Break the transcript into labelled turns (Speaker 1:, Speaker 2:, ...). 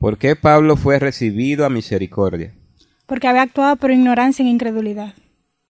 Speaker 1: ¿Por qué Pablo fue recibido a misericordia?
Speaker 2: Porque había actuado por ignorancia en incredulidad.